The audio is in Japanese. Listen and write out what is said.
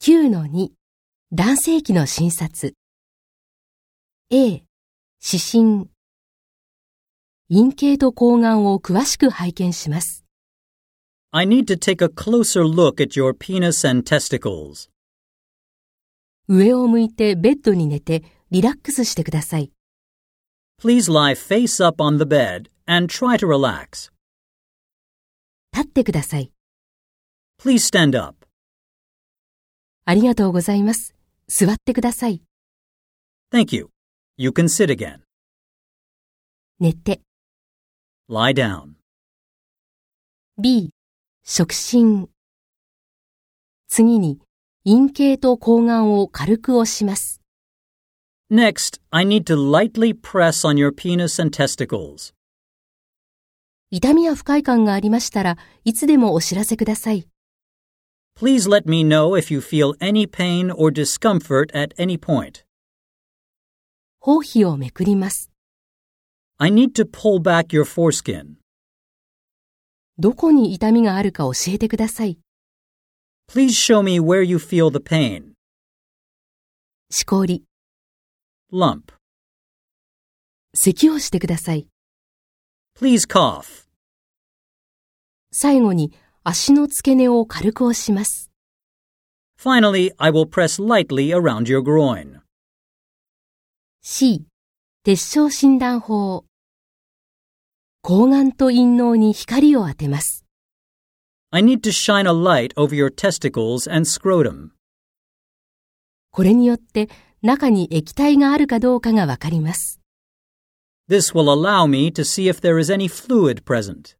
9-2男性器の診察 A 指針陰茎と睾丸を詳しく拝見します I need to take a closer look at your penis and testicles. 上を向いてベッドに寝てリラックスしてください Please lie face up on the bed and try to relax. 立ってください Please stand up. ありがとうございます座ってください Thank you. You can sit again. 寝て Lie down. B 触診次に陰茎と睾丸を軽く押します Next, I need to lightly press on your penis and testicles. 痛みや不快感がありましたらいつでもお知らせください Please let me know if you feel any pain or discomfort at any point. 包皮をめくります I need to pull back your foreskin. どこに痛みがあるか教えてください Please show me where you feel the pain. しこり Lump. 咳をしてください Please cough. 最後に足の付け根を軽く押します Finally, I will press lightly around your groin. C 鉄症診断法睾丸と陰嚢に光を当てます I need to shine a light over your testicles and scrotum. これによって中に液体があるかどうかがわかります This will allow me to see if there is any fluid present.